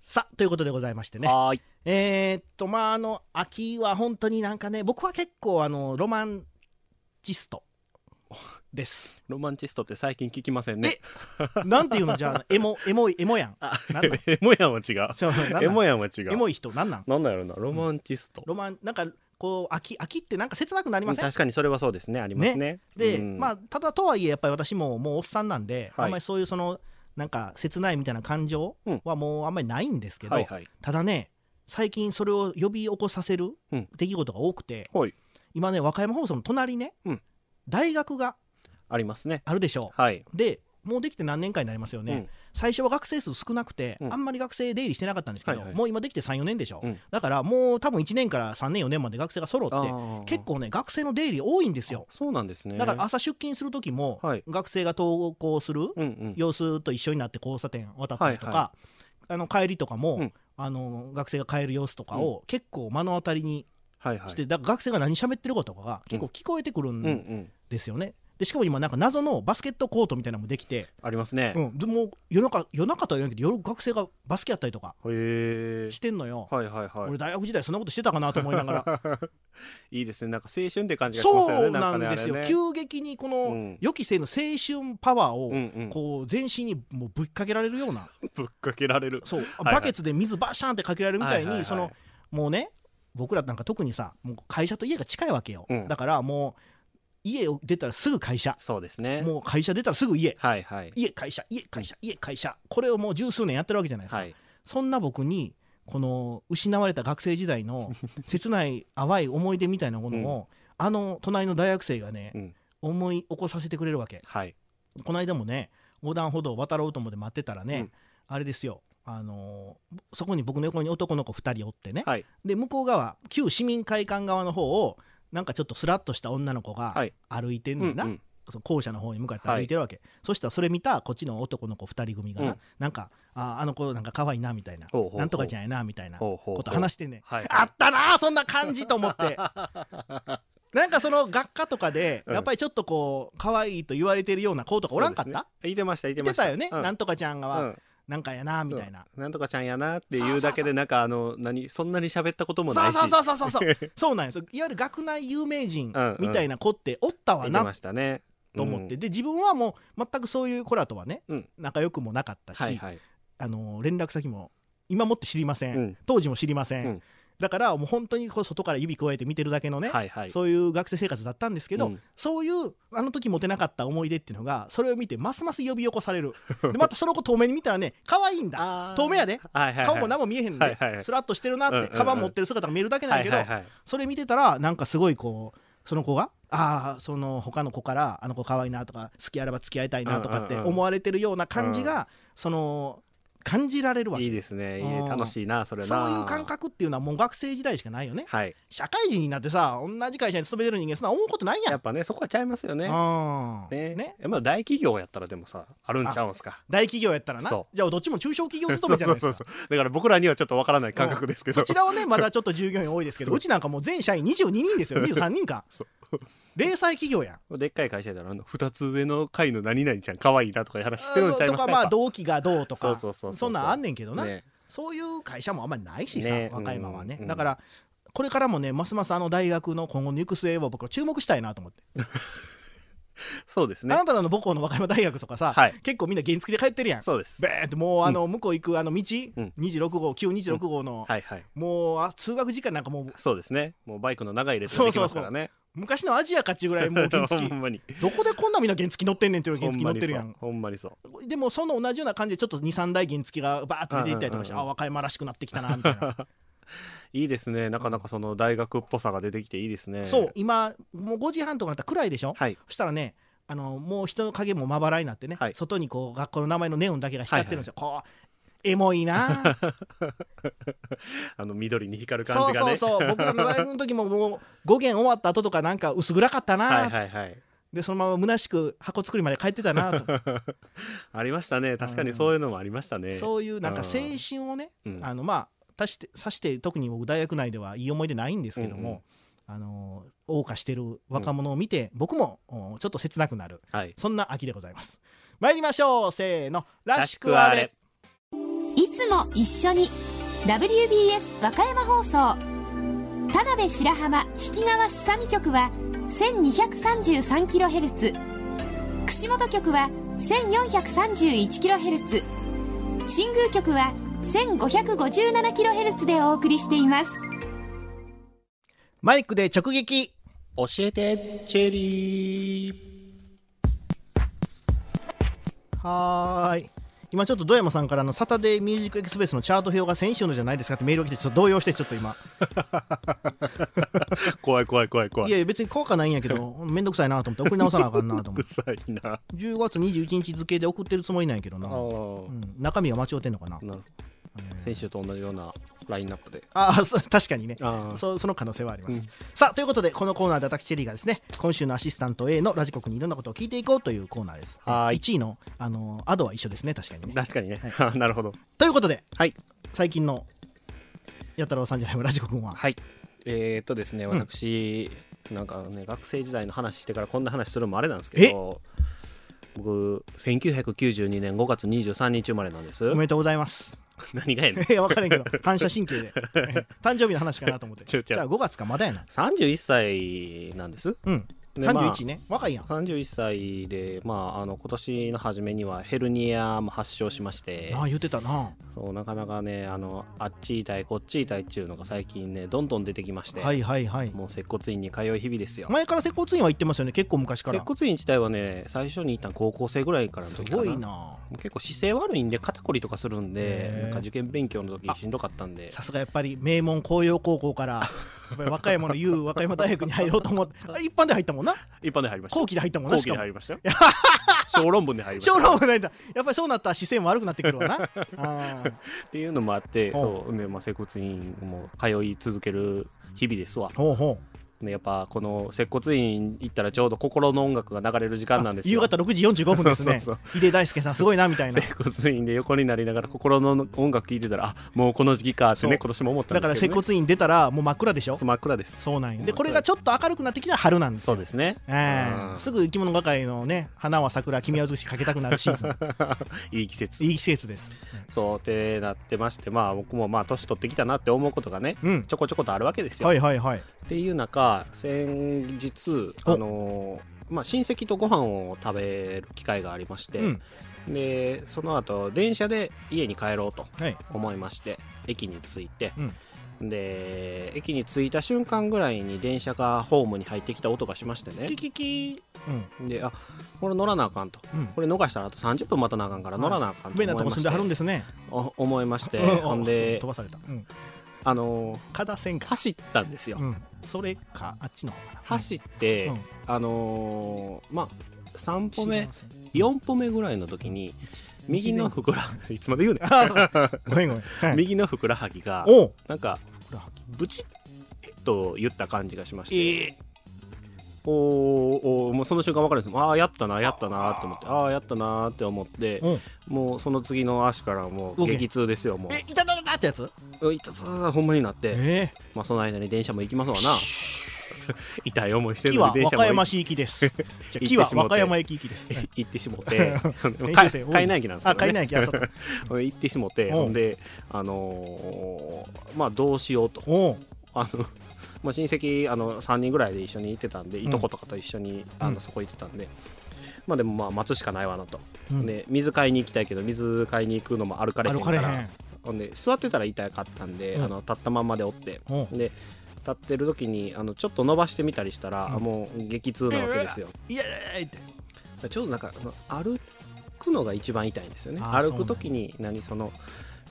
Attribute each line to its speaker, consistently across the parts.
Speaker 1: さあということでございましてね
Speaker 2: はーい。
Speaker 1: えーっとまああの秋は本当になんかね僕は結構あのロマンチストです。
Speaker 2: ロマンチストって最近聞きませんね。
Speaker 1: なんていうのじゃあエモエモいエモやん。なん なん
Speaker 2: エモヤンは違う。
Speaker 1: そうなんなん
Speaker 2: エモヤンは違う。
Speaker 1: エモい人なんなん
Speaker 2: なんだろうな、ロマンチスト。
Speaker 1: ロマンなんかこう秋秋ってなんか切なくなりません
Speaker 2: 確かにそれはそうですね、ありますね。
Speaker 1: で、
Speaker 2: うん
Speaker 1: まあただとはいえやっぱり私ももうおっさんなんで、
Speaker 2: はい
Speaker 1: あんまりそういうそのなんか切ないみたいな感情はもうあんまりないんですけど、
Speaker 2: はいはい。
Speaker 1: ただね最近それを呼び起こさせる
Speaker 2: うん
Speaker 1: 出来事が多くて、
Speaker 2: はい
Speaker 1: 今ね和歌山放送の隣ね、
Speaker 2: うん
Speaker 1: 大学が
Speaker 2: ありますね。
Speaker 1: あるでしょ
Speaker 2: はい。
Speaker 1: うでもうできて何年かになりますよね、
Speaker 2: うん
Speaker 1: 最初は学生数少なくて、
Speaker 2: うん
Speaker 1: あんまり学生出入りしてなかったんですけど、
Speaker 2: はいはい
Speaker 1: もう今できて34年でしょ、
Speaker 2: うん
Speaker 1: だからもう多分1年から3年4年まで学生が揃って
Speaker 2: あー
Speaker 1: 結構ね学生の出入り多いんですよ
Speaker 2: そうなんですね。
Speaker 1: だから朝出勤する時も、
Speaker 2: はい
Speaker 1: 学生が登校する
Speaker 2: うんうん。
Speaker 1: 様子と一緒になって交差点渡ったりとか、
Speaker 2: はいは
Speaker 1: あの帰りとかも、
Speaker 2: うん
Speaker 1: あの学生が帰る様子とかを結構目の当たりに
Speaker 2: はいはい。
Speaker 1: して、だから学生が何喋ってるかとかが結構聞こえてくる
Speaker 2: うんうんん。
Speaker 1: ですよね。でしかも今なんか謎のバスケットコートみたいなのもできて、
Speaker 2: ありますね。
Speaker 1: うん、でもう夜中夜中とは言わんけど夜学生がバスケやったりとか
Speaker 2: へえ。
Speaker 1: してんのよ、
Speaker 2: はいはいは
Speaker 1: 俺大学時代そんなことしてたかなと思いながら
Speaker 2: い。 いいですね。なんか青春って感じがします
Speaker 1: そ
Speaker 2: よね。
Speaker 1: うなん
Speaker 2: かね
Speaker 1: ですよ、
Speaker 2: あれね
Speaker 1: 急激にこ
Speaker 2: う
Speaker 1: の
Speaker 2: ん
Speaker 1: 予期せぬ青春パワーを、
Speaker 2: うんうん。
Speaker 1: こう全身にもうぶっかけられるよ うな
Speaker 2: ぶっかけられる。
Speaker 1: そう
Speaker 2: いはい
Speaker 1: バケツで水バシャンってかけられるみたい
Speaker 2: ははは
Speaker 1: にそのもうね僕らなんか特にさもう会社と家が近いわけよ、
Speaker 2: うん
Speaker 1: だからもう家を出たらすぐ会社
Speaker 2: そうですね。
Speaker 1: もう会社出たらすぐ家
Speaker 2: はいはい。
Speaker 1: 家会社家会社家会社これをもう十数年やってるわけじゃないですか、
Speaker 2: はい。
Speaker 1: そんな僕にこの失われた学生時代 の切ない淡い思い出みたいなものを、あの隣の大学生がね、
Speaker 2: うん
Speaker 1: 思い起こさせてくれるわけ
Speaker 2: はい。
Speaker 1: この間もね横断歩道を渡ろうと思って待ってたらね、
Speaker 2: うん
Speaker 1: あれですよあのーそこに僕の横に男の子2人おってね、
Speaker 2: はい
Speaker 1: で向こう側旧市民会館側の方をなんかちょっとスラッとした女の子
Speaker 2: は
Speaker 1: が
Speaker 2: い
Speaker 1: 歩いてん
Speaker 2: う
Speaker 1: ね
Speaker 2: ん
Speaker 1: んな、
Speaker 2: うん
Speaker 1: その校舎の方に向かって歩いてるわけ、そしたらそれ見たこっちの男の子2人組がな、
Speaker 2: うん
Speaker 1: なんかああの子なんか可愛いなみたいな
Speaker 2: ほうほうほう
Speaker 1: なんとかじゃないなみたいなこ
Speaker 2: ほうほうほう
Speaker 1: と話してんねん
Speaker 2: はい。
Speaker 1: あったなあそんな感じと思って なんかその学科とかで
Speaker 2: うん
Speaker 1: やっぱりちょっとこう可愛いと言われてるような子とかおらんかった、
Speaker 2: そうですねいてました、いて
Speaker 1: 言っ
Speaker 2: ま
Speaker 1: て
Speaker 2: した。
Speaker 1: たよね、
Speaker 2: うん
Speaker 1: なんとかちゃんが
Speaker 2: う
Speaker 1: は
Speaker 2: ん
Speaker 1: なんかやなみたいな、
Speaker 2: なんとかちゃんやなっていうだけでなんかあの何そんなに喋ったことも
Speaker 1: そ
Speaker 2: な
Speaker 1: う
Speaker 2: いし
Speaker 1: そうそうそうそうそう そうなんですよいわゆる学内有名人
Speaker 2: うんうん
Speaker 1: みたいな子っておったわ
Speaker 2: い
Speaker 1: な
Speaker 2: てましたね
Speaker 1: と思って、
Speaker 2: うん
Speaker 1: で自分はもう全くそういう子らとはね、
Speaker 2: うん
Speaker 1: 仲良くもなかったし、
Speaker 2: はいはい
Speaker 1: あの連絡先も今もって知りません、
Speaker 2: うん
Speaker 1: 当時も知りません、
Speaker 2: うん
Speaker 1: だからもう本当にこう外から指加えて見てるだけのね、
Speaker 2: はいはい
Speaker 1: そういう学生生活だったんですけど、
Speaker 2: うん
Speaker 1: そういうあの時モテなかった思い出っていうのがそれを見てますます呼び起こされ るでまたその子遠目に見たらね可愛いんだ
Speaker 2: あー
Speaker 1: 遠目やで
Speaker 2: はいはいはい
Speaker 1: 顔も何も見えへん
Speaker 2: はい
Speaker 1: で
Speaker 2: はいはい
Speaker 1: スラッとしてるなって、
Speaker 2: うんうんうん
Speaker 1: カバン持ってる姿が見えるだけなんやけど、
Speaker 2: はいはいはい
Speaker 1: それ見てたらなんかすごいこうその子がああその他の子からあの子可愛いなとか好きあれば付き合いたいなとかって
Speaker 2: うんうんうん
Speaker 1: 思われてるような感じが、その感じられるわけ
Speaker 2: いいですねいい
Speaker 1: うん
Speaker 2: ね楽しいなそれな
Speaker 1: そういう感覚っていうのはもう学生時代しかないよね
Speaker 2: はい
Speaker 1: 社会人になってさ同じ会社に勤めてる人間そんな思うことないや
Speaker 2: や
Speaker 1: ん
Speaker 2: っぱねそこはちゃいますよね
Speaker 1: あー
Speaker 2: ね
Speaker 1: ね
Speaker 2: やっぱ大企業やったらでもさあるんちゃうんすか
Speaker 1: 大企業やったらな
Speaker 2: そ
Speaker 1: じゃあどっちも中小企業勤
Speaker 2: そ
Speaker 1: め
Speaker 2: う
Speaker 1: じゃない
Speaker 2: そ
Speaker 1: うで
Speaker 2: そう
Speaker 1: す
Speaker 2: そ
Speaker 1: か
Speaker 2: うだから僕らにはちょっとわからない感覚ですけど
Speaker 1: こちらはねまだちょっと従業員多いですけどうちなんかもう全社員22人ですよ23人か
Speaker 2: そ
Speaker 1: 零細企業やん
Speaker 2: でっかい会社やったらあの二つ上の階の何々ちゃん可愛いなとかいう話してるんちゃいます
Speaker 1: とか
Speaker 2: かや
Speaker 1: ま
Speaker 2: っ
Speaker 1: あ
Speaker 2: ぱ
Speaker 1: 同期がどうと
Speaker 2: そ
Speaker 1: か
Speaker 2: うそうそうそ
Speaker 1: そ
Speaker 2: う
Speaker 1: んなんあんねんけどな
Speaker 2: ね
Speaker 1: そういう会社もあんまりないしさ、
Speaker 2: ね
Speaker 1: 和歌山はね、
Speaker 2: うんうん
Speaker 1: だからこれからもねますますあの大学の今後の行く末を僕は注目したいなと思って、
Speaker 2: そうです
Speaker 1: あ
Speaker 2: ね
Speaker 1: なたらの母校の和歌山大学とかさ、
Speaker 2: はい
Speaker 1: 結構みんな原付で帰ってるやん
Speaker 2: そうです
Speaker 1: ベーンってもうあの向こう行くあの道、
Speaker 2: ん
Speaker 1: 26号旧26号の、
Speaker 2: はいはい
Speaker 1: もうあ通学時間なんかもう
Speaker 2: そうですね。もうバイクの長い列ができますからね。
Speaker 1: 昔のアジアかっちゅうぐらい もう原付
Speaker 2: ほんまに。
Speaker 1: どこでこんなみんな原付乗ってんねんっていうの
Speaker 2: ほ
Speaker 1: 原
Speaker 2: ん
Speaker 1: 付
Speaker 2: ま
Speaker 1: 乗っ
Speaker 2: に
Speaker 1: てるや。
Speaker 2: そうんほんまにそう。
Speaker 1: でもその同じような感じでちょっと23台原付がバーッと出ていったりとかして、
Speaker 2: うんうんうんう
Speaker 1: あ和
Speaker 2: ん
Speaker 1: 歌山らしくなってきたなみたいな。
Speaker 2: いいですね。なかなかその大学っぽさが出てきていいですね。
Speaker 1: そう。今もう5時半とかになったら暗いでしょ、
Speaker 2: はい。
Speaker 1: そしたらねあのもう人の影もまばらになってね、
Speaker 2: はい
Speaker 1: 外にこう学校の名前のネオンだけが光ってるんですよ、こうエモいなあ
Speaker 2: あの緑に光る感
Speaker 1: そう
Speaker 2: じが
Speaker 1: そ
Speaker 2: ね。
Speaker 1: うそう僕らの大学の時ももう5限終わった後とかなんか薄暗かったなあ、
Speaker 2: はいはいはい。
Speaker 1: でそのまま虚しく箱作りまで帰ってたなあ と
Speaker 2: ありましたね。確かにそういうのもありましたね。
Speaker 1: そういうなんか
Speaker 2: うん
Speaker 1: 青春をね、
Speaker 2: うん
Speaker 1: あのまあ足して指して特に僕大学内ではいい思い出ないんですけど
Speaker 2: うんうん
Speaker 1: も、あの謳歌してる若者を見て、僕もおちょっと切なくなる
Speaker 2: はい。
Speaker 1: そんな秋でございます。参りましょう。せーの。らしくあれ。
Speaker 3: いつも一緒に WBS 和歌山放送田辺白浜引川すさみ局は 1233kHz 串本局は 1431kHz 新宮局は 1557kHz でお送りしています
Speaker 1: マイクで直撃
Speaker 2: 教えてチェリー
Speaker 1: はーい今ちょっとドヤマさんからのサタデーミュージックエクスプレスのチャート表が先週のじゃないですかってメールが来てちょっと動揺してちょっと今
Speaker 2: 怖い怖い怖い怖
Speaker 1: い
Speaker 2: い
Speaker 1: やいや別に怖くはないんやけどめんどくさいなと思って送り直さなあかんなと思っ
Speaker 2: く
Speaker 1: て
Speaker 2: さいな
Speaker 1: 10月21日付で送ってるつもりなんやけどな、
Speaker 2: あー
Speaker 1: うん、中身が間違ってんのかな
Speaker 2: なるほど先週と同じようなラインナップで
Speaker 1: ああそう確かにね
Speaker 2: あー
Speaker 1: そうその可能性はあります、さあということでこのコーナーで私チェリーがですね今週のアシスタント A のラジコ君にいろんなことを聞いていこうというコーナーです
Speaker 2: はーい
Speaker 1: 1位の、あのーアドは一緒ですね確かにね
Speaker 2: 確かにね なるほど
Speaker 1: ということで
Speaker 2: はい
Speaker 1: 最近のやたろうさんじゃないわラジコ君は
Speaker 2: はいえー、っとですね
Speaker 1: ん
Speaker 2: 私、なんかね学生時代の話してからこんな話するのもあれなんですけど僕1992年5月23日生まれなんです
Speaker 1: おめでとうございます
Speaker 2: 何がやねん
Speaker 1: いや分からんけ ど反射神経で誕生日の話かなと思って
Speaker 2: ちょちょ
Speaker 1: じゃあ5月かまだやな
Speaker 2: 31歳なんです
Speaker 1: うん
Speaker 2: でまあ
Speaker 1: 31ね、若いやん
Speaker 2: 31歳で、まあ、あの今年の初めにはヘルニアも発症しまして
Speaker 1: なあ言ってたな
Speaker 2: そうなかなかねあのあっち痛いこっち痛いっていうのが最近ねどんどん出てきまして、
Speaker 1: はいはいはい
Speaker 2: もう接骨院に通う日々ですよ
Speaker 1: 前から接骨院は行ってますよね結構昔か
Speaker 2: 接
Speaker 1: ら
Speaker 2: 骨院自体はね最初に行ったの高校生ぐらいからの
Speaker 1: す
Speaker 2: 時かな
Speaker 1: ごいな
Speaker 2: もう結構姿勢悪いんで肩こりとかするんで
Speaker 1: へー
Speaker 2: なんか受験勉強の時しんどかったんで
Speaker 1: さすがやっぱり名門紅葉高校からやっぱり和歌山の U 和歌山大学に入ろうと 思ってあ一般で入ったもんな
Speaker 2: 一般で入りました
Speaker 1: 後期で入ったもんな
Speaker 2: 後
Speaker 1: し
Speaker 2: 期
Speaker 1: か
Speaker 2: で
Speaker 1: も
Speaker 2: 入りま したよ小論文で入りました
Speaker 1: 小論文ないんだやっぱりそうなったら姿勢も悪くなってくる わなあー
Speaker 2: っていうのもあって
Speaker 1: ほ
Speaker 2: そうねまあ接骨院も通い続ける日々ですわ
Speaker 1: ほうほう
Speaker 2: ねやっぱこの接骨院行ったらちょうど心の音楽が流れる時間なんですよ
Speaker 1: 夕方6時45分ですね
Speaker 2: そうそう
Speaker 1: 井出大輔さんすごいなみたいな
Speaker 2: 接骨院で横になりながら心の音楽聴いてたらあもうこの時期かって
Speaker 1: そ
Speaker 2: ね
Speaker 1: う
Speaker 2: 今年も思ったん
Speaker 1: だか
Speaker 2: で
Speaker 1: ら
Speaker 2: すけ
Speaker 1: 接
Speaker 2: ど、ね、
Speaker 1: 骨院出たらもう真っ暗でしょ
Speaker 2: そう真っ暗です
Speaker 1: そうなんよでこれがちょっと明るくなってきたら春なんです
Speaker 2: そ
Speaker 1: よ
Speaker 2: うですね、
Speaker 1: え
Speaker 2: う
Speaker 1: え
Speaker 2: ん
Speaker 1: すぐ生き物係のね花は桜君は美しいかけたくなるシー ズン
Speaker 2: いい季節
Speaker 1: いい季節です
Speaker 2: そうってなってましてまあ僕もまあ年取ってきたなって思うことがね
Speaker 1: うん
Speaker 2: ちょこちょことあるわけですよ、
Speaker 1: はいはいはい
Speaker 2: っていう中先日
Speaker 1: お
Speaker 2: あのーまあ、親戚とご飯を食べる機会がありまして、
Speaker 1: うん
Speaker 2: でその後電車で家に帰ろうと
Speaker 1: はい
Speaker 2: 思いまして駅に着いて、
Speaker 1: うん
Speaker 2: で駅に着いた瞬間ぐらいに電車がホームに入ってきた音がしましてね
Speaker 1: キキキうん
Speaker 2: であこれ乗らなあかんと
Speaker 1: うん
Speaker 2: これ逃したらあと30分待たなあかんから乗らなあかん
Speaker 1: 不
Speaker 2: と
Speaker 1: 便なとこ
Speaker 2: 思
Speaker 1: 住
Speaker 2: い
Speaker 1: んではるん
Speaker 2: まして
Speaker 1: ですね。
Speaker 2: お思いま して
Speaker 1: うん
Speaker 2: ほん
Speaker 1: あ
Speaker 2: で
Speaker 1: 飛ばされた。うん。
Speaker 2: あのー
Speaker 1: かだせんか。
Speaker 2: 走ったんですよ、
Speaker 1: うん。それかあっちの方かな。
Speaker 2: 走って、
Speaker 1: うん
Speaker 2: あのーまあ3歩
Speaker 1: 違い
Speaker 2: 目
Speaker 1: ますね
Speaker 2: 4歩目ぐらいの時に右のふくらいつまで言うねん
Speaker 1: ごめんごめん。はい
Speaker 2: 右のふくらはぎが
Speaker 1: おう。
Speaker 2: なんか
Speaker 1: ふくらはぎ
Speaker 2: ブチッと言った感じがしまして、
Speaker 1: え
Speaker 2: おーおーもうその瞬間分かるんですああやったなやったなと思ってああやったなって思って
Speaker 1: うん
Speaker 2: もうその次の足からもう
Speaker 1: 動け
Speaker 2: 激痛ですよも
Speaker 1: えいたたたたってやつ？
Speaker 2: うういたたほんまになって、
Speaker 1: ええ。
Speaker 2: まあ、その間に電車も行きますわな痛い思いしてる
Speaker 1: 木
Speaker 2: の
Speaker 1: は
Speaker 2: に
Speaker 1: 和
Speaker 2: 電
Speaker 1: 歌
Speaker 2: 車も
Speaker 1: 山市行きです。じゃあ木は和歌山駅行きです。
Speaker 2: 行ってしも て
Speaker 1: うん
Speaker 2: か買えない気なんです
Speaker 1: あ
Speaker 2: け
Speaker 1: 買え
Speaker 2: ど、ね、
Speaker 1: ない気がそうか。
Speaker 2: 行ってしもて
Speaker 1: うん
Speaker 2: ほんであのーまあどうしようと
Speaker 1: おう。
Speaker 2: あの、まあ、親戚あの3人ぐらいで一緒に行ってたんで、
Speaker 1: ん
Speaker 2: いとことかと一緒にあ
Speaker 1: うん
Speaker 2: のそこ行ってたんで、まあでもまあ待つしかないわなと、
Speaker 1: うん
Speaker 2: で水買いに行きたいけど水買いに行くのも歩かれへ
Speaker 1: 歩
Speaker 2: ん
Speaker 1: か
Speaker 2: か
Speaker 1: れへ
Speaker 2: ら
Speaker 1: ん。
Speaker 2: ほんで座ってたら痛かったんで、
Speaker 1: うん
Speaker 2: あの立ったまんまでおって
Speaker 1: おう。
Speaker 2: で立ってる時にあのちょっと伸ばしてみたりしたら、
Speaker 1: うん
Speaker 2: あもう激痛なわけですよ、
Speaker 1: いやいやいやいって。
Speaker 2: ちょうどなんかその歩くのが一番痛いんですよね
Speaker 1: あー
Speaker 2: 歩く時に何その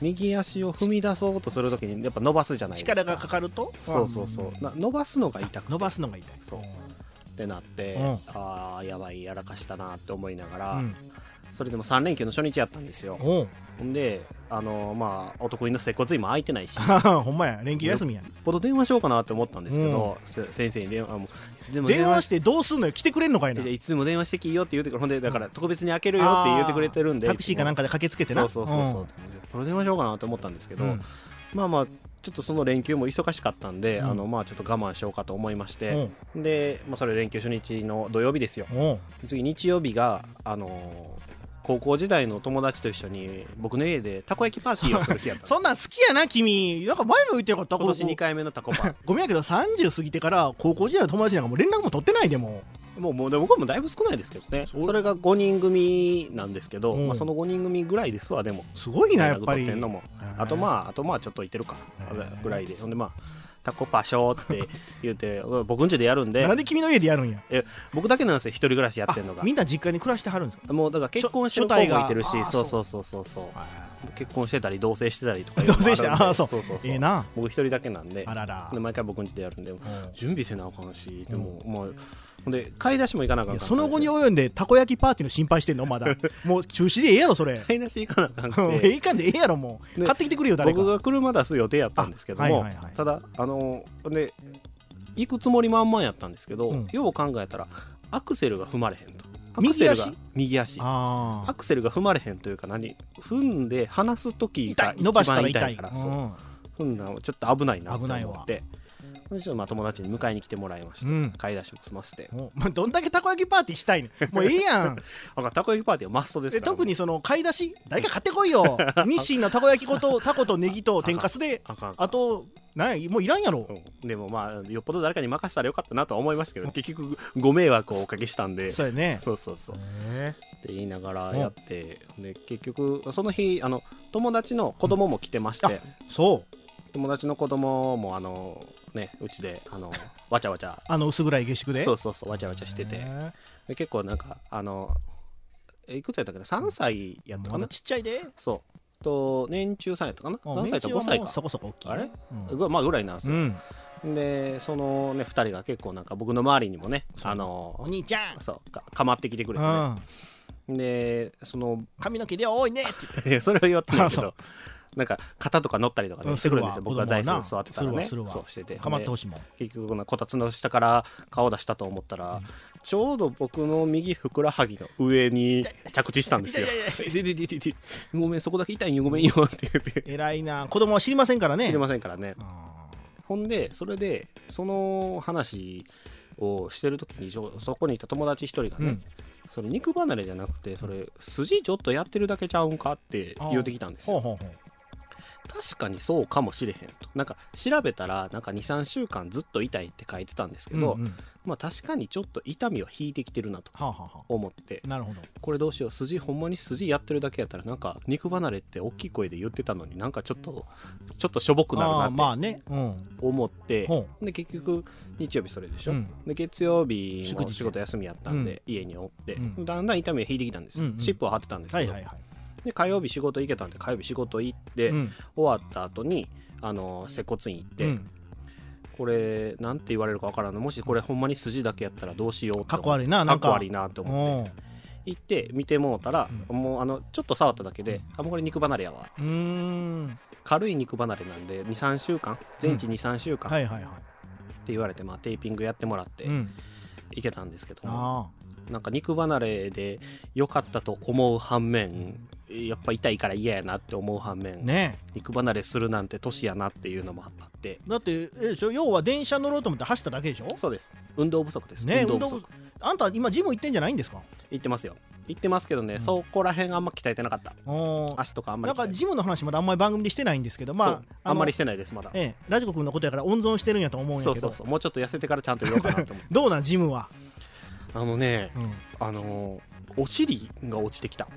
Speaker 2: 右足を踏み出そうとする時にやっぱ伸ばすじゃないですか
Speaker 1: 力がかかると。
Speaker 2: そうそうそうな伸ばすのが痛くて
Speaker 1: 伸ばすのが痛い。
Speaker 2: そうってなって、
Speaker 1: うん
Speaker 2: ああやばいやらかしたなって思いながら、
Speaker 1: うん。
Speaker 2: それでも3連休の初日やったんですよ
Speaker 1: おう。
Speaker 2: ほんであのーまあお得意の接骨院も空いてないしよっ
Speaker 1: ほんまや。連休休みや。
Speaker 2: ぽど電話しようかなって思ったんですけど、せ先生に電話あもういつでも
Speaker 1: 電話しててどうすんのよ。来てくれんのかいな。
Speaker 2: いつでも電話してきいいよって言うてくるほんでだから特別に開けるよって言ってくれてるんで
Speaker 1: タクシーかなん
Speaker 2: か
Speaker 1: かで駆けつけてな
Speaker 2: そうそうそうそう、
Speaker 1: ん
Speaker 2: プロ電話しようかなと思ったんですけど、
Speaker 1: うん
Speaker 2: まあまあちょっとその連休も忙しかったんで、
Speaker 1: うん
Speaker 2: あのまあちょっと我慢しようかと思いまし
Speaker 1: う
Speaker 2: て、
Speaker 1: ん
Speaker 2: で、まあ、それ連休初日の土曜日ですよ
Speaker 1: おう
Speaker 2: 次日曜日があのー高校時代の友達と一緒に僕の家でたこ焼きパーティーをする日やったんです
Speaker 1: そんなん好きやな君なんか前も言ってなかった
Speaker 2: 今年2
Speaker 1: こ
Speaker 2: 回目のタコパン
Speaker 1: こごめんやけど30過ぎてから高校時代の友達なんかもう連絡も取ってないでも
Speaker 2: もうもうで僕はもうだいぶ少ないですけどね
Speaker 1: そう
Speaker 2: それが5人組なんですけど、
Speaker 1: うん
Speaker 2: まあ、その5人組ぐらいですわでも
Speaker 1: すごいなやっぱ
Speaker 2: 連絡取
Speaker 1: り
Speaker 2: ってんのもあと
Speaker 1: あ
Speaker 2: まああとまあちょっといてるか
Speaker 1: はい
Speaker 2: ぐらいでほんでまあタコパショーって言うて 僕ん家でやるんで
Speaker 1: なんで君の家でやるんや
Speaker 2: 僕だけなんですよ一人暮らしやってんのが
Speaker 1: あみんな実家に暮らしてはるんですか
Speaker 2: もうだから結婚してる
Speaker 1: 初
Speaker 2: 子
Speaker 1: 初代が
Speaker 2: もいてるし
Speaker 1: あー
Speaker 2: そうそうそうそうそう結婚してたり同棲してたり とかいう
Speaker 1: 同
Speaker 2: のも
Speaker 1: 棲して
Speaker 2: あるんで
Speaker 1: ああそう
Speaker 2: そうそうそう
Speaker 1: ええな
Speaker 2: 僕一人だけなんで
Speaker 1: あらら
Speaker 2: で毎回僕ん家でやるんで
Speaker 1: うん
Speaker 2: 準備せなあかんしでももうほんで買い出しも行かなあか
Speaker 1: い
Speaker 2: ん
Speaker 1: や
Speaker 2: かったん
Speaker 1: そ
Speaker 2: です
Speaker 1: の
Speaker 2: よ
Speaker 1: 後に及んでたこ焼きパーティーの心配してんのまだ もう中止でええやろそれ
Speaker 2: 買い出し行かなあかん
Speaker 1: もう
Speaker 2: く
Speaker 1: え
Speaker 2: て
Speaker 1: えかんでええやろもう
Speaker 2: で
Speaker 1: 買ってきてくれよ誰か
Speaker 2: 僕が車出す予定やったんですけど
Speaker 1: あは
Speaker 2: も、
Speaker 1: いはいはい
Speaker 2: ただあので行くつもり満々やったんですけど、
Speaker 1: うん
Speaker 2: よう考えたらアクセルが踏まれへんとアク
Speaker 1: 右
Speaker 2: セル
Speaker 1: 足
Speaker 2: が右足
Speaker 1: あ
Speaker 2: アクセルが踏まれへんというか何踏んで離す時
Speaker 1: 痛
Speaker 2: が
Speaker 1: い
Speaker 2: 一
Speaker 1: 伸ばした
Speaker 2: 番
Speaker 1: ら
Speaker 2: 痛
Speaker 1: 痛い
Speaker 2: いから
Speaker 1: う
Speaker 2: そ
Speaker 1: ん
Speaker 2: う踏んだのちょっと危ないなと
Speaker 1: 危ないわ
Speaker 2: 思ってそれでちょっとまあ友達に迎えに来てもらいまして、
Speaker 1: うん
Speaker 2: 買い出しも済ませて
Speaker 1: もうまあどんだけたこ焼きパーティーしたいのもうええや ん
Speaker 2: あたこ焼きパーティーはマストです
Speaker 1: え
Speaker 2: から
Speaker 1: 特にその買い出し誰か買ってこい よ日清のたこ焼き粉とタコとネギと天かすで
Speaker 2: あかんあかん
Speaker 1: あとなんやもういらんやろ
Speaker 2: うんでもまあよっぽど誰かに任せたらよかったなとは思いますけど結局ご迷惑をおかけしたんで
Speaker 1: そうやね
Speaker 2: そうそうそう
Speaker 1: へ
Speaker 2: って言いながらやって、で結局その日あの友達の子供も来てまして、
Speaker 1: うんあえそう
Speaker 2: 友達の子供もあのねうちであのわちゃわちゃ
Speaker 1: あの薄暗い下宿で
Speaker 2: そううそうそうわちゃわちゃしてて
Speaker 1: ま
Speaker 2: で結構なんかあのえいくつやったっけな3歳やったかな
Speaker 1: だちっちゃいで
Speaker 2: そうと年中さんやったかな
Speaker 1: うん
Speaker 2: 何歳か
Speaker 1: 年中は
Speaker 2: 5歳
Speaker 1: もう
Speaker 2: か
Speaker 1: そこそこ大きい
Speaker 2: あれ
Speaker 1: うん
Speaker 2: ぐまあぐらいなんです
Speaker 1: う
Speaker 2: よ、
Speaker 1: ん
Speaker 2: でそのね2人が結構なんか僕の周りにもね
Speaker 1: そう
Speaker 2: あの
Speaker 1: お兄ちゃん
Speaker 2: そうかかまってきてくれてね
Speaker 1: うん
Speaker 2: でその
Speaker 1: 髪の毛量多いねって
Speaker 2: いやそれは言わってないけ
Speaker 1: あそ
Speaker 2: どなんか肩とか乗ったりとか、
Speaker 1: うん
Speaker 2: ね、してくるんですよ
Speaker 1: するわ
Speaker 2: 僕が座椅
Speaker 1: 子供はな
Speaker 2: 子座ってたらね
Speaker 1: するわする
Speaker 2: そ
Speaker 1: わ
Speaker 2: うしてて
Speaker 1: かまってほ
Speaker 2: で
Speaker 1: しいもん
Speaker 2: 結局このこたつの下から顔出したと思ったら、ちょうど僕の右ふくらはぎの上に着地したんですよ
Speaker 1: いやいやいや
Speaker 2: 「でででででごめんそこだけ痛いんよごめんよ」って言って
Speaker 1: 偉いな子供は知りませんからね
Speaker 2: 知りませんからね
Speaker 1: あ
Speaker 2: ほんでそれでその話をしてる時にちょそこにいた友達一人が
Speaker 1: ーう
Speaker 2: ね、
Speaker 1: ん
Speaker 2: それ肉離れじゃなくてそれ筋ちょっとやってるだけちゃうんかって言うてきたんですよ
Speaker 1: ほうほうほう
Speaker 2: 確かにそうかもしれへんとなんか調べたらなんか23週間ずっと痛いって書いてたんですけど、
Speaker 1: うんうんは
Speaker 2: まあ確かにちょっと痛みは引いてきてるなと
Speaker 1: あはあは
Speaker 2: 思って
Speaker 1: あなるほど
Speaker 2: これどうしよう筋ほんまに筋やってるだけやったらなんか肉離れって大きい声で言ってたのになんかちょっとちょっとしょぼくなる
Speaker 1: あ
Speaker 2: な
Speaker 1: あ
Speaker 2: って
Speaker 1: まあねうん
Speaker 2: 思って、
Speaker 1: ほ
Speaker 2: で結局日曜日それでし
Speaker 1: う
Speaker 2: ょ、
Speaker 1: ん
Speaker 2: で月曜日
Speaker 1: 祝
Speaker 2: も
Speaker 1: 日
Speaker 2: 仕事休みやったんで、家におって、
Speaker 1: うん
Speaker 2: だんだん痛みが引いてきたんですよ、
Speaker 1: うんうん
Speaker 2: シップを貼ってたんです
Speaker 1: は
Speaker 2: け
Speaker 1: い
Speaker 2: ど、
Speaker 1: はいは
Speaker 2: で火曜日仕事行けたんで火曜日仕事行って、
Speaker 1: いうん
Speaker 2: 終わった後にあの接骨院行って、
Speaker 1: うん
Speaker 2: これなんて言われるかわからんのもしこれほんまに筋だけやったらどうしよう
Speaker 1: かっこ
Speaker 2: い
Speaker 1: 悪いななんか
Speaker 2: 悪いなと思って
Speaker 1: って
Speaker 2: 行って見てもうたら、
Speaker 1: う
Speaker 2: もうあのちょっと触っただけであもうこれ肉離れやわ
Speaker 1: うーん
Speaker 2: 軽い肉離れなんで23週間全治23週間っ
Speaker 1: はいはいは
Speaker 2: て言われて、まあ、テーピングやってもらっ
Speaker 1: い
Speaker 2: て
Speaker 1: うん
Speaker 2: 行けたんですけども、
Speaker 1: あ
Speaker 2: なんか肉離れで良かったと思う反面やっぱ痛いから嫌やなって思う反
Speaker 1: あ
Speaker 2: 面、
Speaker 1: ね
Speaker 2: 肉離れするなんて年やなっていうのもあって
Speaker 1: えだってえでしょ要は電車乗ろうと思って走っただけでしょ
Speaker 2: そうです運動不足です、
Speaker 1: ね
Speaker 2: 運動
Speaker 1: 運
Speaker 2: 不足
Speaker 1: 動あんた今ジム行ってんじゃないんですか
Speaker 2: 行ってますよ行ってますけどね、
Speaker 1: うん
Speaker 2: そこら辺あんま鍛えてなかった
Speaker 1: お
Speaker 2: 足とかあんま
Speaker 1: なん
Speaker 2: り
Speaker 1: か
Speaker 2: 鍛えて
Speaker 1: ジムの話まだあんまり番組でしてないんですけど
Speaker 2: そう
Speaker 1: まあ
Speaker 2: あんまりし
Speaker 1: の
Speaker 2: てないですまだ
Speaker 1: ええラジコ君のことやから温存してるんやと思うんやけ
Speaker 2: そ
Speaker 1: ど
Speaker 2: うそうそうもうちょっと痩せてからちゃんと言おうかな と思って
Speaker 1: どうなんジムは、
Speaker 2: あのね
Speaker 1: うん
Speaker 2: あのーお尻が落ちてきた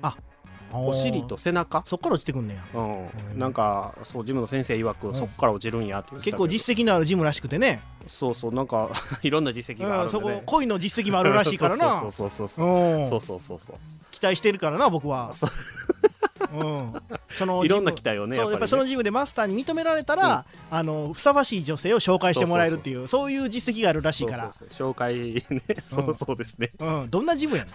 Speaker 1: お
Speaker 2: お尻と背中
Speaker 1: そっから落ちてくんねや
Speaker 2: うん、なんかそうジムの先生曰く、
Speaker 1: うん
Speaker 2: そこから落ちるんやって言っ
Speaker 1: 結
Speaker 2: てたけど
Speaker 1: 構実績のあるジムらしくてね
Speaker 2: そうそうなんか いろんな実績があ
Speaker 1: う
Speaker 2: る
Speaker 1: ん、
Speaker 2: んで、
Speaker 1: そ
Speaker 2: ね
Speaker 1: こ恋の実績もあるらしいからな
Speaker 2: そうそうそうそう
Speaker 1: うん
Speaker 2: そうそうそうそう
Speaker 1: 期待してるからな僕は
Speaker 2: そう
Speaker 1: うんそ の
Speaker 2: いろんな
Speaker 1: ジム
Speaker 2: 期待をね
Speaker 1: そうやっぱりそ
Speaker 2: ね
Speaker 1: のジムでマスターに認められたら、あのふさわしい女性を紹介してもらえるっていうそういう実績があるらしいから
Speaker 2: そうそうそう紹介ね、 そうそうですね
Speaker 1: うん、どんなジムやね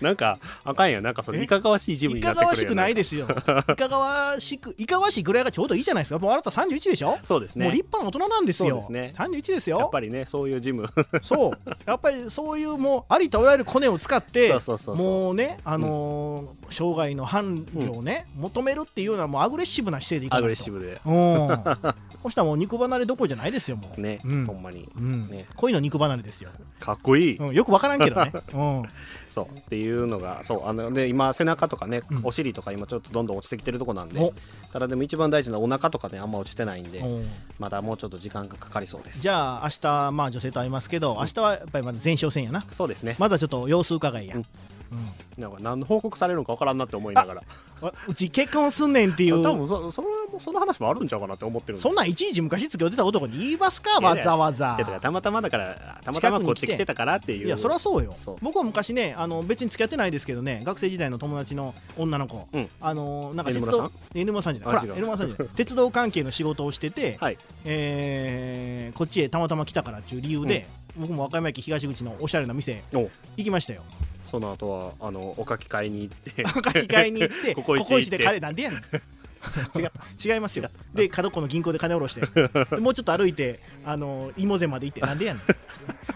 Speaker 2: なんかあかんやなんかそれ
Speaker 1: え
Speaker 2: いかがわしいジ
Speaker 1: ん
Speaker 2: ム
Speaker 1: い
Speaker 2: に
Speaker 1: か
Speaker 2: なってく
Speaker 1: が
Speaker 2: るや
Speaker 1: わ
Speaker 2: ん
Speaker 1: しくないです よいかがわしくいかがわしいぐらいがちょうどいいじゃないですかもうあなた31でしょ
Speaker 2: そうですね
Speaker 1: もう立派な大人なんですよ。
Speaker 2: そうですね
Speaker 1: 31です
Speaker 2: やっ
Speaker 1: よ。
Speaker 2: ぱりねそういうジム
Speaker 1: そう。やっぱりそういうもうありとあらゆるコネを使って、
Speaker 2: そうそうそうそう
Speaker 1: もうね、あのー生涯の繁伴侶をね、求めるっていうのは もうアグレッシブな姿勢でいか
Speaker 2: ア
Speaker 1: な
Speaker 2: グ
Speaker 1: い
Speaker 2: レッ
Speaker 1: と
Speaker 2: シブで
Speaker 1: うんそしたらもう肉離れどころじゃないですよもう
Speaker 2: ね、
Speaker 1: うん
Speaker 2: ほんまに
Speaker 1: うん
Speaker 2: ね
Speaker 1: 恋の肉離れですよ、
Speaker 2: かっこいい、
Speaker 1: うん、よく分からんけどね、 うん、
Speaker 2: そうっていうのがそうあので今背中とかね、
Speaker 1: うん
Speaker 2: お尻とか今ちょっとどんどん落ちてきてるとこなんで
Speaker 1: お
Speaker 2: ただでも一番大事なお腹とかねあんま落ちてないんで
Speaker 1: うん
Speaker 2: まだもうちょっと時間がかかりそうです
Speaker 1: じゃあ明日まあ女性と会いますけど明日はやっぱりまだ前哨戦やな
Speaker 2: そうですね、
Speaker 1: まずはちょっと様子伺いや、
Speaker 2: う
Speaker 1: うん
Speaker 2: んなんか何の報告されるのかわからんなって思いながら
Speaker 1: あうち結婚すんねんってい
Speaker 2: 多
Speaker 1: う
Speaker 2: 分そそれはもうその話もあるんちゃうかなって思ってるんです
Speaker 1: そんなんいちいち昔付き合ってた男に言いますか
Speaker 2: いや
Speaker 1: わ
Speaker 2: いや
Speaker 1: ざわざ
Speaker 2: けどたまたまだからたまたまこっち来てたからっていう
Speaker 1: いやそりゃそうよ
Speaker 2: そう
Speaker 1: 僕は昔ねあの別に付き合ってないですけどね学生時代の友達の女の子、
Speaker 2: うん
Speaker 1: あのなんか鉄
Speaker 2: N 村さ
Speaker 1: 道
Speaker 2: ん
Speaker 1: N 沼さんじゃない
Speaker 2: あ
Speaker 1: ほら
Speaker 2: 違う
Speaker 1: N 沼さん じゃない鉄道関係の仕事をしてて、
Speaker 2: はい
Speaker 1: えーこっちへたまたま来たからっていう理由で、僕も和歌山駅東口のおしゃれな店
Speaker 2: お
Speaker 1: 行きましたよ
Speaker 2: その後はあのお書き換えに 行って
Speaker 1: 書き換えに行って
Speaker 2: ココイチ行って
Speaker 1: でカレーなんでやね ん
Speaker 2: 違う
Speaker 1: 違いますよで角っこの銀行で金下ろ してでもうちょっと歩いてあの芋膳まで行ってなんでやねん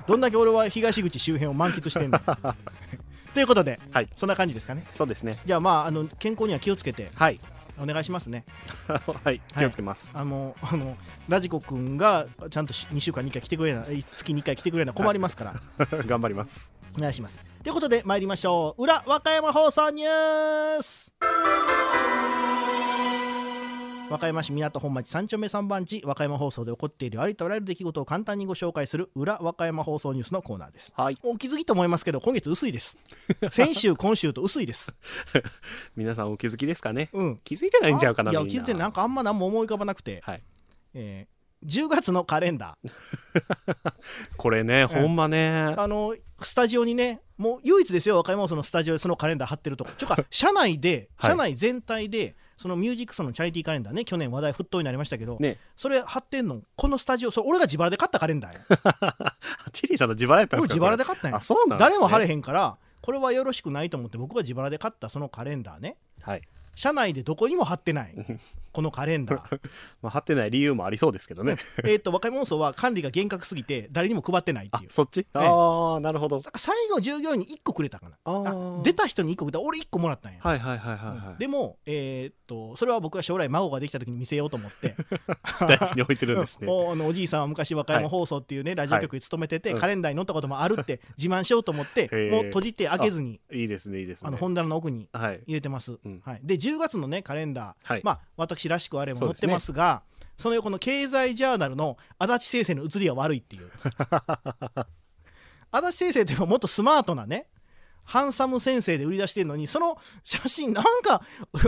Speaker 1: どんだけ俺は東口周辺を満喫して んのということで、
Speaker 2: はい
Speaker 1: そんな感じですかね
Speaker 2: そうですね
Speaker 1: じゃあまああの健康には気をつけて
Speaker 2: はい
Speaker 1: お願いしますね
Speaker 2: はい気をつけます、
Speaker 1: あのあのラジコくんがちゃんと2週間に1回来てくれなえ月に1回来てくれな困りますから、
Speaker 2: 頑張ります
Speaker 1: お願いしますということで参りましょう裏和歌山放送ニュース和歌山市港本町三丁目三番地和歌山放送で起こっているありとあらゆる出来事を簡単にご紹介する裏和歌山放送ニュースのコーナーです
Speaker 2: はい
Speaker 1: お気づきと思いますけど今月薄いです 先週今週と薄いです
Speaker 2: 皆さんお気づきですかね
Speaker 1: うん
Speaker 2: 気づいてないんちゃうかな
Speaker 1: あいや
Speaker 2: みんな
Speaker 1: 聞いてなんかあんま何も思い浮かばなくて、
Speaker 2: はい
Speaker 1: えー10月のカレンダー
Speaker 2: これねほんまね
Speaker 1: あのスタジオにねもう唯一ですよ和歌山放送のスタジオでそのカレンダー貼ってるとこちょか社内で
Speaker 2: はい
Speaker 1: 社内全体でそのミュージックソンのチャリティーカレンダーね去年話題沸騰になりましたけど、
Speaker 2: ね
Speaker 1: それ貼ってんのこのスタジオそれ俺が自腹で買ったカレンダ ーよ
Speaker 2: チリーさんの自腹やったん
Speaker 1: 俺
Speaker 2: です
Speaker 1: 自
Speaker 2: か
Speaker 1: 腹で
Speaker 2: こ
Speaker 1: 買ったん
Speaker 2: れ
Speaker 1: や
Speaker 2: あそうなんです、ね、
Speaker 1: 誰も貼れへんからこれはよろしくないと思って僕が自腹で買ったそのカレンダーね
Speaker 2: はい
Speaker 1: 社内でどこにも貼ってない このカレンダー
Speaker 2: まあ、貼ってない理由もありそうですけどね
Speaker 1: えっと和歌山放送は管理が厳格すぎて誰にも配ってないっ
Speaker 2: あ
Speaker 1: ていう
Speaker 2: そっち、ああなるほど
Speaker 1: だから最後従業員に1個くれたかな
Speaker 2: あー
Speaker 1: あ出た人に1個くれた俺1個もらったんや
Speaker 2: はいはいはいはい、はい
Speaker 1: でも、えーっとそれは僕が将来孫ができた時に見せようと思って、
Speaker 2: 大事に置いてるん ですね
Speaker 1: おあのおじいさんは昔和歌山放送っていうね、ラジオ局に勤めてて、
Speaker 2: はい
Speaker 1: カレンダーに載ったこともあるって自慢しようと思って
Speaker 2: へー
Speaker 1: もう閉じて開けずに
Speaker 2: いいですねいいです
Speaker 1: あの
Speaker 2: ね
Speaker 1: 本棚の奥に
Speaker 2: はい
Speaker 1: 入れてます、
Speaker 2: うん
Speaker 1: はい、で10月のねカレンダー、
Speaker 2: はい
Speaker 1: まあ私らしくあれも
Speaker 2: そ
Speaker 1: 載
Speaker 2: う
Speaker 1: っ
Speaker 2: です
Speaker 1: て
Speaker 2: ね
Speaker 1: ますがその横の経済ジャーナルの足立先生の写りが悪いっていう 足立先生っていうのはもっとスマートなねハンサム先生で売り出してるのにその写真なんか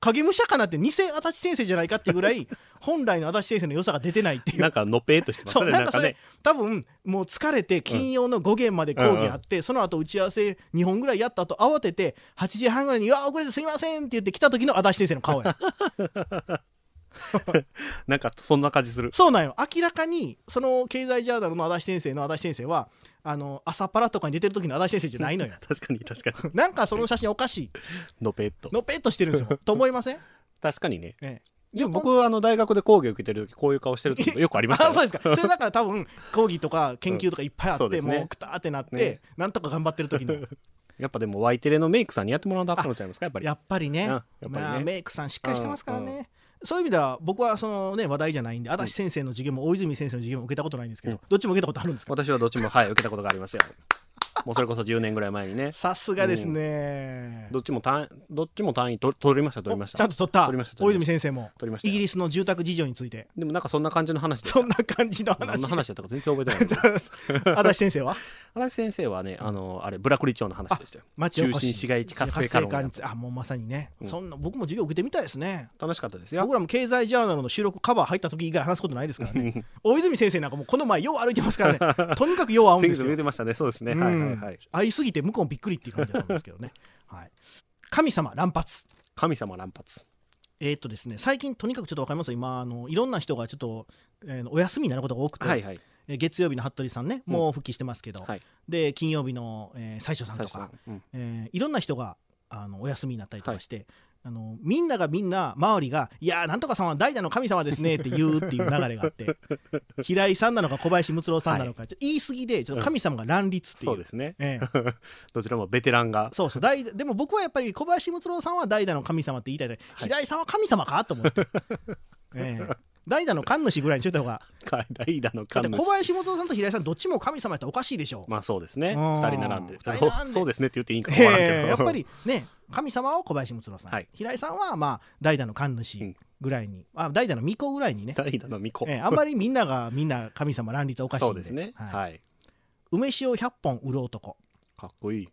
Speaker 1: 影武者かなって偽足立先生じゃないかっていうぐらい本来の足立先生の良さが出てないっていう
Speaker 2: なんかのぺーっとしてます
Speaker 1: そう
Speaker 2: ね
Speaker 1: な
Speaker 2: なんん
Speaker 1: か
Speaker 2: か
Speaker 1: それ
Speaker 2: ね
Speaker 1: 多分もう疲れて金曜の5限まで講義あって、その後打ち合わせ2本ぐらいやった後慌てて8時半ぐらいに「いや遅れてすいません」って言って来た時の足立先生の顔 や
Speaker 2: なんかそんな感じする
Speaker 1: そうなんよ明らかにその経済ジャーナルの足立先生の足立先生はあの朝パラとかに出てる時の足立先生じゃ ないのよ
Speaker 2: 確かに確かに
Speaker 1: なんかその写真おかしい
Speaker 2: のぺーっと
Speaker 1: のぺっとしてるんです よと思いません、
Speaker 2: 確かにね
Speaker 1: ええ
Speaker 2: でも僕あの大学で講義受けてる時こういう顔してる時よくありました
Speaker 1: あ
Speaker 2: よ
Speaker 1: そうですかそれだから多分講義とか研究とかいっぱいあって、
Speaker 2: うんそうですね
Speaker 1: もうくたーってなって、
Speaker 2: ね
Speaker 1: なんとか頑張ってる時の
Speaker 2: やっぱでもワイテレのメイクさんにやってもらわなあかんのちゃいますかやっぱり
Speaker 1: やっぱりね
Speaker 2: うんやっぱりね
Speaker 1: まあ、メイクさんしっかりしてますからね、そういう意味では僕はその、ね、話題じゃないんで足立先生の授業も大泉先生の授業も受けたことないんですけど、
Speaker 2: うん
Speaker 1: どっちも受けたことあるんですか
Speaker 2: 私はどっちもはい受けたことがありますよもうそれこそ10年ぐらい前にね
Speaker 1: さすがですね、
Speaker 2: どっちも単位どっちも単位取取りました取りました
Speaker 1: おちゃんと取った
Speaker 2: 取りました
Speaker 1: 大泉先生も
Speaker 2: 取りました
Speaker 1: イギリスの住宅事情について
Speaker 2: でもなんかそんな感じの話で
Speaker 1: そんな感じの
Speaker 2: 何
Speaker 1: 話
Speaker 2: の話だったか全然覚えてない
Speaker 1: 足立先生は
Speaker 2: 荒井先生はねあのあれブラクリ町の話でしたよ
Speaker 1: 町おこし
Speaker 2: 中心市街地活性化論
Speaker 1: 活についてあもうまさにね、そんな僕も授業受けてみたいですね
Speaker 2: 楽しかったですよ
Speaker 1: 僕らも経済ジャーナルの収録カバー入った時以外話すことないですから ね大泉先生なんかもうこの前よう歩いてますからねとにかくよう会うんで
Speaker 2: 先
Speaker 1: す
Speaker 2: 月も
Speaker 1: よ
Speaker 2: 言ってましたねそうですね
Speaker 1: う
Speaker 2: はいは
Speaker 1: ん
Speaker 2: いはい
Speaker 1: 会いすぎて向こうもびっくりっていう感じだと思うんですけどね、 はい、神様乱発
Speaker 2: 神様乱発
Speaker 1: えーっとですね最近とにかくちょっとわかります今あのいろんな人がちょっと、えーお休みになることが多くて、
Speaker 2: はいはい
Speaker 1: えー月曜日の服部さんねもう復帰してますけど、
Speaker 2: はい
Speaker 1: で金曜日の、えー、最初さん
Speaker 2: 最
Speaker 1: と
Speaker 2: 初
Speaker 1: か
Speaker 2: のうん
Speaker 1: えーいろんな人があのお休みになったりとかして、あのみんながみんな周りが「いやーなんとかさんは代打の神様ですね」って言うっていう流れがあって 平井さんなのか小林睦郎さんなのか、ちょっと言い過ぎでちょっと神様が乱立っていう。
Speaker 2: そうです ね。
Speaker 1: ええ
Speaker 2: どちらもベテランが。
Speaker 1: そうそう代打でも僕はやっぱり小林睦郎さんは代打の神様って言いたいだけど
Speaker 2: はい
Speaker 1: 平井さんは神様かと思って、 ええ代打の神主ぐらいにしといた方が
Speaker 2: 代打
Speaker 1: だ
Speaker 2: の
Speaker 1: っ
Speaker 2: 神
Speaker 1: て
Speaker 2: 主
Speaker 1: 小林睦郎さんと平井さんどっちも神様やったらおかしいでしょ、
Speaker 2: まあそうですね。
Speaker 1: うん
Speaker 2: 二人並んで。
Speaker 1: 二人
Speaker 2: そう
Speaker 1: 並んで
Speaker 2: そうですねって言っていいんかわからんけど
Speaker 1: ええやっぱりね神様は小林睦郎さん、
Speaker 2: はい
Speaker 1: 平井さんはまあ代打の神主ぐらいに、あ代打の巫女ぐらいにね、
Speaker 2: 代打の巫女。
Speaker 1: ええあんまりみんながみんな神様乱立はおかしいん
Speaker 2: そ
Speaker 1: で
Speaker 2: うですね。
Speaker 1: はい
Speaker 2: はい。
Speaker 1: 梅酒を100本売る男
Speaker 2: かっこいい。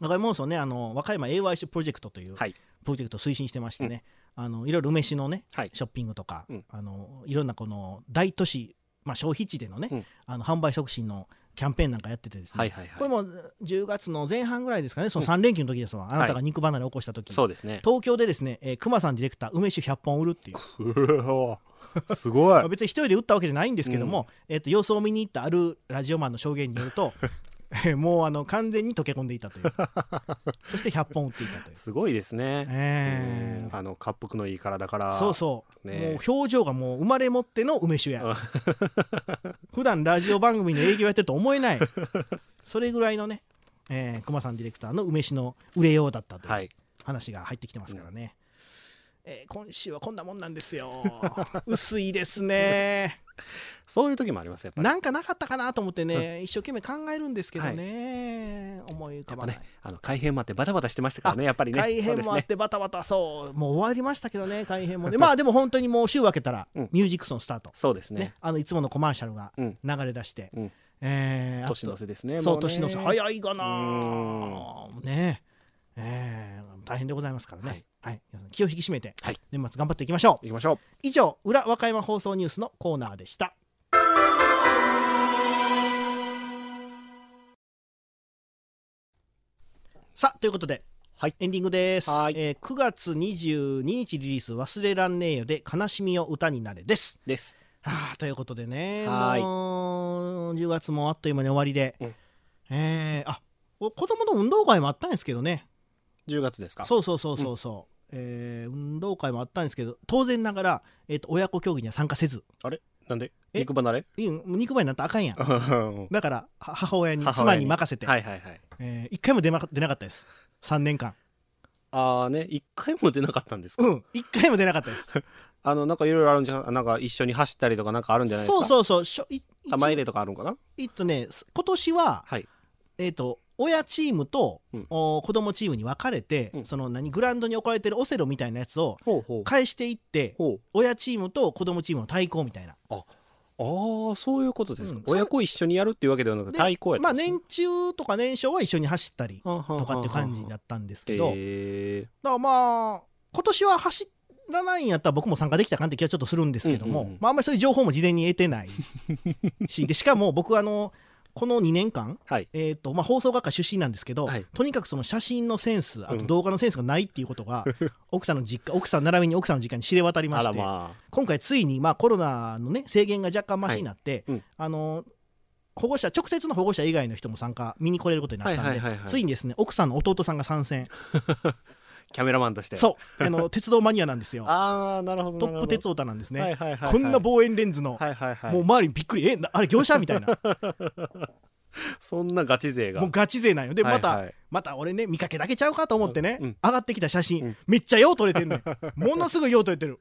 Speaker 1: だからもうそうねあの和歌山 AY 酒プロジェクトという
Speaker 2: はい
Speaker 1: プロジェクトを推進してましてね、あのいろいろ梅酒のね
Speaker 2: はい。
Speaker 1: ショッピングとか、
Speaker 2: うん
Speaker 1: あのいろんなこの大都市、まあ、消費地でのね、
Speaker 2: うん
Speaker 1: あの販売促進のキャンペーンなんかやっててですね、
Speaker 2: はいはい
Speaker 1: こ
Speaker 2: は
Speaker 1: れ
Speaker 2: い。
Speaker 1: も10月の前半ぐらいですかねその3連休の時ですわ、あなたが肉離れを起こした時、
Speaker 2: そうですね。
Speaker 1: 東京でですね、えー、熊さんディレクター梅酒100本売るっていう、
Speaker 2: うわ すご
Speaker 1: ま あ。別に一人で売ったわけじゃないんですけども、えー、と様子を見に行ったあるラジオマンの証言による とえーもうあの完全に溶け込んでいたというそして100本売っていた という。
Speaker 2: すごいですね。
Speaker 1: えー
Speaker 2: うんあの、滑腹のいい体から。
Speaker 1: そうそう、
Speaker 2: ねえ
Speaker 1: もう表情がもう生まれ持っての梅酒や普段ラジオ番組の営業やってると思えないそれぐらいのね、えー、熊さんディレクターの梅酒の売れようだったという
Speaker 2: はい。
Speaker 1: 話が入ってきてますからね、えー今週はこんなもんなんです よ薄いですね
Speaker 2: そういう時もあります、やっぱり。
Speaker 1: なんかなかったかなと思ってね、一生懸命考えるんですけどね、思い浮か
Speaker 2: やっぱ
Speaker 1: ばない、
Speaker 2: ね、あの、改変もあってバタバタしてましたからね、やっぱりね。
Speaker 1: 改編もあっ
Speaker 2: そうですね。
Speaker 1: てバタバタそうもう終わりましたけどね改編も ねまあでも本当にもう週明けたら、
Speaker 2: うん
Speaker 1: ミュージックソンスタート
Speaker 2: そうです
Speaker 1: ね
Speaker 2: ね。
Speaker 1: あのいつものコマーシャルが
Speaker 2: うん
Speaker 1: 流れ出して、
Speaker 2: うん
Speaker 1: えーあと
Speaker 2: 年の瀬ですね。
Speaker 1: そう
Speaker 2: もね
Speaker 1: 年の瀬早いかな
Speaker 2: う
Speaker 1: ねえー大変でございますからね、は
Speaker 2: はいい
Speaker 1: 皆さん気を引き締めて、
Speaker 2: はい
Speaker 1: 年末頑張っていきましょう
Speaker 2: 行きましょう。
Speaker 1: 以上裏和歌山放送ニュースのコーナーでしたさあということで、
Speaker 2: はい
Speaker 1: エンディングです、
Speaker 2: はい
Speaker 1: えー9月22日リリース「忘れらんねえよ」で「悲しみを歌になれ」です
Speaker 2: です。
Speaker 1: はあということでね
Speaker 2: はい
Speaker 1: もう10月もあっという間に終わりで、
Speaker 2: うん
Speaker 1: えーあお子供の運動会もあったんですけどね
Speaker 2: 10月ですか。
Speaker 1: そうそうそうそうそう、えー運動会もあったんですけど当然ながら、えー、と親子競技には参加せず
Speaker 2: なんで
Speaker 1: え
Speaker 2: 肉 離れ
Speaker 1: いい肉場になったらあかんやん
Speaker 2: は
Speaker 1: だからは母親に
Speaker 2: 母親
Speaker 1: 妻
Speaker 2: に
Speaker 1: に任せて、
Speaker 2: いはいはい。
Speaker 1: えー一回も出,、ま、出なかったです3年間
Speaker 2: ああね、一回も出なかったんですか、
Speaker 1: うん一回も出なかった です
Speaker 2: あの、なんかいろいろあるんじゃ、なんか一緒に走ったりとかなんかあるんじゃないですか
Speaker 1: そうそうそうしょい一
Speaker 2: 玉入れとかあるんかな
Speaker 1: えっとねす今年は、
Speaker 2: はい
Speaker 1: えっと親チームと、
Speaker 2: うん
Speaker 1: お子供チームに分かれて、
Speaker 2: うん
Speaker 1: その何グラウンドに置かれてるオセロみたいなやつを
Speaker 2: ほうほ
Speaker 1: 返していって
Speaker 2: ほ
Speaker 1: 親チームと子供チームの対抗みたいな
Speaker 2: う。ああ、そういうことですか。
Speaker 1: うん
Speaker 2: 親子一緒にやるっていうわけではなく
Speaker 1: で
Speaker 2: て、対抗やった
Speaker 1: まあ
Speaker 2: んですね
Speaker 1: 年中とか年少は一緒に走ったりと
Speaker 2: と
Speaker 1: かっていう感じ
Speaker 2: っ
Speaker 1: だ
Speaker 2: た
Speaker 1: ったんです
Speaker 2: け
Speaker 1: けど、
Speaker 2: ど。
Speaker 1: だ
Speaker 2: え
Speaker 1: からまあ今年は走らないんやったら僕も参加できたかなって気はちょっとするんですけども、
Speaker 2: うんうんうん
Speaker 1: まあ、あんまりそういう情報も事前に得てない しでしかも僕あのこの2年間
Speaker 2: はい。
Speaker 1: えーとまあ、放送学科出身なんですけど、
Speaker 2: はい
Speaker 1: とにかくその写真のセンスあ
Speaker 2: う
Speaker 1: と
Speaker 2: ん
Speaker 1: 動画のセンスがないっていうこと が、奥さんの実家奥さん並びに奥さんの実家に知れ渡りま
Speaker 2: あ
Speaker 1: し
Speaker 2: ら
Speaker 1: て、
Speaker 2: ま
Speaker 1: 今回ついに、まあ、コロナの、ね、制限が若干マシになって、
Speaker 2: はいうん
Speaker 1: あの保護者直接の保護者以外の人も参加見に来れることになったんで、
Speaker 2: はいはいはいはい
Speaker 1: ついにですね奥さんの弟さんが参戦
Speaker 2: あ、キャメラマンとして。う。
Speaker 1: そうあ の鉄道マニアなんですよ
Speaker 2: ああ、なるほど。
Speaker 1: トップ鉄
Speaker 2: を
Speaker 1: オタなんですね、
Speaker 2: はいはいはいはい。
Speaker 1: こんな望遠レンズの、
Speaker 2: はいはいはい。
Speaker 1: もう周りびっくりえなあれ業者みたい な
Speaker 2: そんなガチ勢が。
Speaker 1: もうガチ勢なんよでまた、
Speaker 2: はいはい
Speaker 1: また俺ね見かけだけちゃうかと思ってね、
Speaker 2: うんうん
Speaker 1: 上がってきた写真、
Speaker 2: うん
Speaker 1: めっちゃよう撮れてんねん ものすごいよう撮れてる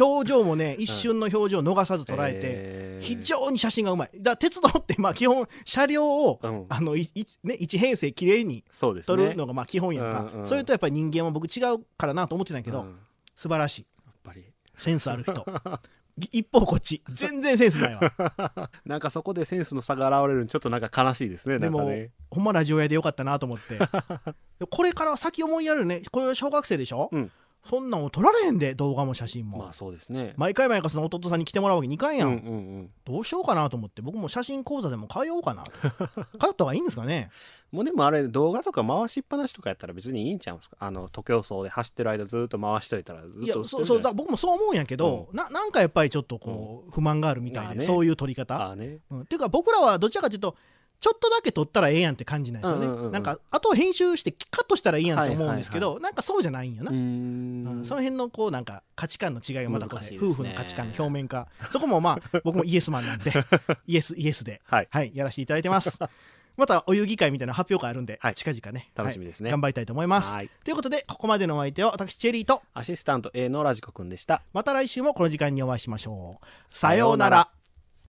Speaker 1: 表情もね一瞬の表情を逃さず捉えて、
Speaker 2: えー
Speaker 1: 非常に写真がうまいだから鉄道ってまあ基本車両を、
Speaker 2: うん
Speaker 1: あのいいね、一編成きれいに
Speaker 2: そうです
Speaker 1: 撮
Speaker 2: ね。
Speaker 1: るのがまあ基本やんか、
Speaker 2: うんうん
Speaker 1: それとやっぱり人間は僕違うからなと思ってたんやけど、
Speaker 2: うんや
Speaker 1: 素晴らしい
Speaker 2: っぱり。
Speaker 1: センスあ る人一方こっち全然センスないわ
Speaker 2: なんかそこでセンスの差が現れるのちょっとなんか悲しいですね。
Speaker 1: で
Speaker 2: なんか
Speaker 1: も
Speaker 2: ね。
Speaker 1: ほんまラジオ屋でよかったなと思って でこれから先思いやるねこれは小学生でしょ、
Speaker 2: うん
Speaker 1: そんなんを撮られへんで動画も写真も、
Speaker 2: まあそうですね。
Speaker 1: 毎回毎回その弟さんに来てもらうわけにいかんやん、
Speaker 2: うんうんうん。
Speaker 1: どうしようかなと思って僕も写真講座でも通おうかな 通った方がいいんですかね
Speaker 2: もうでもあれ動画とか回しっぱなしとかやったら別にいいんちゃうんすかあの徒競走で走ってる間ずっと回しといたらずっと
Speaker 1: いや
Speaker 2: 映ってる
Speaker 1: そうそう
Speaker 2: じ
Speaker 1: だ
Speaker 2: ゃない
Speaker 1: 僕もそう思うんやけど、ななんかやっぱりちょっとこう、不満があるみたい
Speaker 2: まあ
Speaker 1: で、
Speaker 2: ね
Speaker 1: そういう撮り
Speaker 2: ですか
Speaker 1: 方、
Speaker 2: ああね
Speaker 1: うん、っていうか僕らはどちらかというとちょっとだけ撮ったらええやんって感じなんですよね、
Speaker 2: うんうんうん
Speaker 1: なんかあと編集してカットしたらいいやんと思うんですけど、
Speaker 2: は
Speaker 1: なんかそうじゃないんよな、
Speaker 2: うーん
Speaker 1: うんその辺のこうなんか価値観の違いがまたこれ、
Speaker 2: 難しいですね
Speaker 1: 夫婦の価値観の表面化そこもまあ 僕もイエスマンなん でイエスイエスで
Speaker 2: はい
Speaker 1: はいやらせていただいてます またお遊戯会みたいな発表会あるんで、
Speaker 2: はい
Speaker 1: 近々ね
Speaker 2: 楽しみです
Speaker 1: は
Speaker 2: ね
Speaker 1: い頑張りたいと思います
Speaker 2: はい
Speaker 1: ということでここまでのお相手は私チェリーと
Speaker 2: アシスタント A のラジコくんでした
Speaker 1: また来週もこの時間にお会いしましょうさようなら